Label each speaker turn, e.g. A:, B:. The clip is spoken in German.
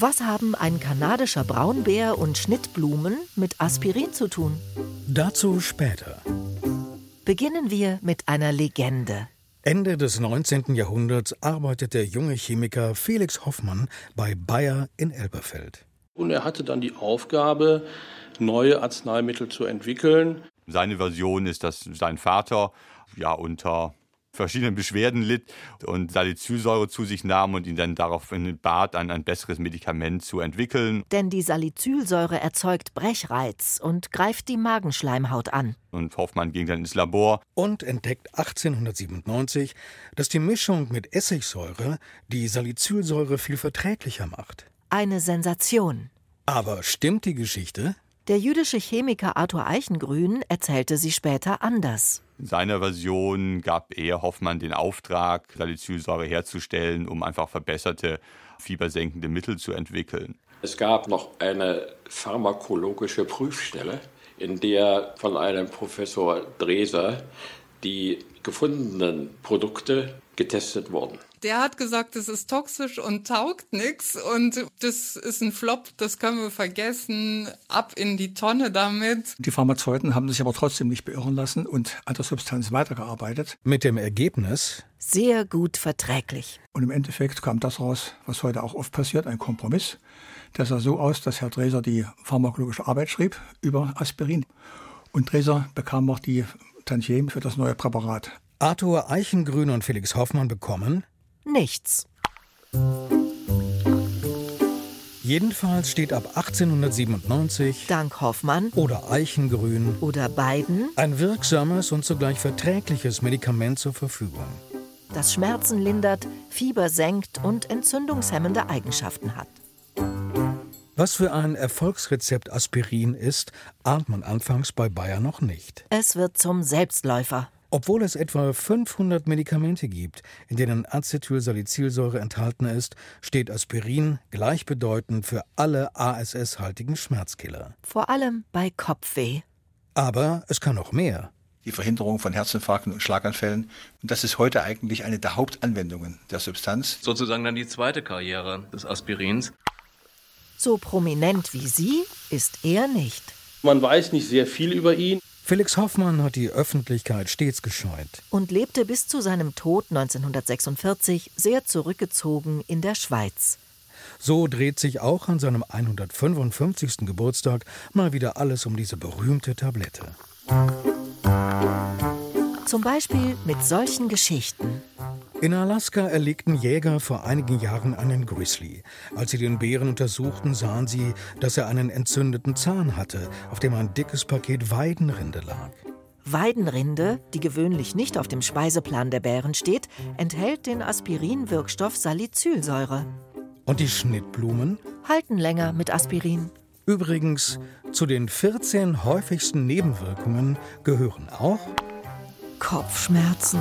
A: Was haben ein kanadischer Braunbär und Schnittblumen mit Aspirin zu tun?
B: Dazu später.
A: Beginnen wir mit einer Legende.
B: Ende des 19. Jahrhunderts arbeitete der junge Chemiker Felix Hoffmann bei Bayer in Elberfeld.
C: Und er hatte dann die Aufgabe, neue Arzneimittel zu entwickeln.
D: Seine Version ist, dass sein Vater ja unter verschiedenen Beschwerden litt und Salicylsäure zu sich nahm und ihn dann daraufhin bat, ein, ein besseres Medikament zu entwickeln.
A: Denn die Salicylsäure erzeugt Brechreiz und greift die Magenschleimhaut an.
D: Und Hoffmann ging dann ins Labor.
B: Und entdeckt 1897, dass die Mischung mit Essigsäure die Salicylsäure viel verträglicher macht.
A: Eine Sensation.
B: Aber stimmt die Geschichte?
A: Der jüdische Chemiker Arthur Eichengrün erzählte sie später anders.
D: In seiner Version gab er Hoffmann den Auftrag, Salicylsäure herzustellen, um einfach verbesserte fiebersenkende Mittel zu entwickeln.
E: Es gab noch eine pharmakologische Prüfstelle, in der von einem Professor Dreser die gefundenen Produkte getestet wurden.
F: Der hat gesagt, es ist toxisch und taugt nichts und das ist ein Flop, das können wir vergessen, ab in die Tonne damit.
G: Die Pharmazeuten haben sich aber trotzdem nicht beirren lassen und an der Substanz weitergearbeitet.
B: Mit dem Ergebnis?
A: Sehr gut verträglich.
G: Und im Endeffekt kam das raus, was heute auch oft passiert, ein Kompromiss. Das sah so aus, dass Herr Dreser die pharmakologische Arbeit schrieb über Aspirin. Und Dreser bekam auch die Tantiemen für das neue Präparat.
B: Arthur Eichengrün und Felix Hoffmann bekommen
A: nichts.
B: Jedenfalls steht ab 1897
A: Dank Hoffmann
B: oder Eichengrün
A: oder beiden
B: ein wirksames und zugleich verträgliches Medikament zur Verfügung.
A: Das Schmerzen lindert, Fieber senkt und entzündungshemmende Eigenschaften hat.
B: Was für ein Erfolgsrezept Aspirin ist, ahnt man anfangs bei Bayer noch nicht.
A: Es wird zum Selbstläufer.
B: Obwohl es etwa 500 Medikamente gibt, in denen Acetylsalicylsäure enthalten ist, steht Aspirin gleichbedeutend für alle ASS-haltigen Schmerzkiller.
A: Vor allem bei Kopfweh.
B: Aber es kann noch mehr.
H: Die Verhinderung von Herzinfarkten und Schlaganfällen. Und das ist heute eigentlich eine der Hauptanwendungen der Substanz.
I: Sozusagen dann die zweite Karriere des Aspirins.
A: So prominent wie sie ist er nicht.
C: Man weiß nicht sehr viel über ihn.
B: Felix Hoffmann hat die Öffentlichkeit stets gescheut
A: und lebte bis zu seinem Tod 1946 sehr zurückgezogen in der Schweiz.
B: So dreht sich auch an seinem 155. Geburtstag mal wieder alles um diese berühmte Tablette.
A: Zum Beispiel mit solchen Geschichten.
B: In Alaska erlegten Jäger vor einigen Jahren einen Grizzly. Als sie den Bären untersuchten, sahen sie, dass er einen entzündeten Zahn hatte, auf dem ein dickes Paket Weidenrinde lag.
A: Weidenrinde, die gewöhnlich nicht auf dem Speiseplan der Bären steht, enthält den Aspirinwirkstoff Salicylsäure.
B: Und die Schnittblumen?
A: Halten länger mit Aspirin.
B: Übrigens, zu den 14 häufigsten Nebenwirkungen gehören auch
A: Kopfschmerzen,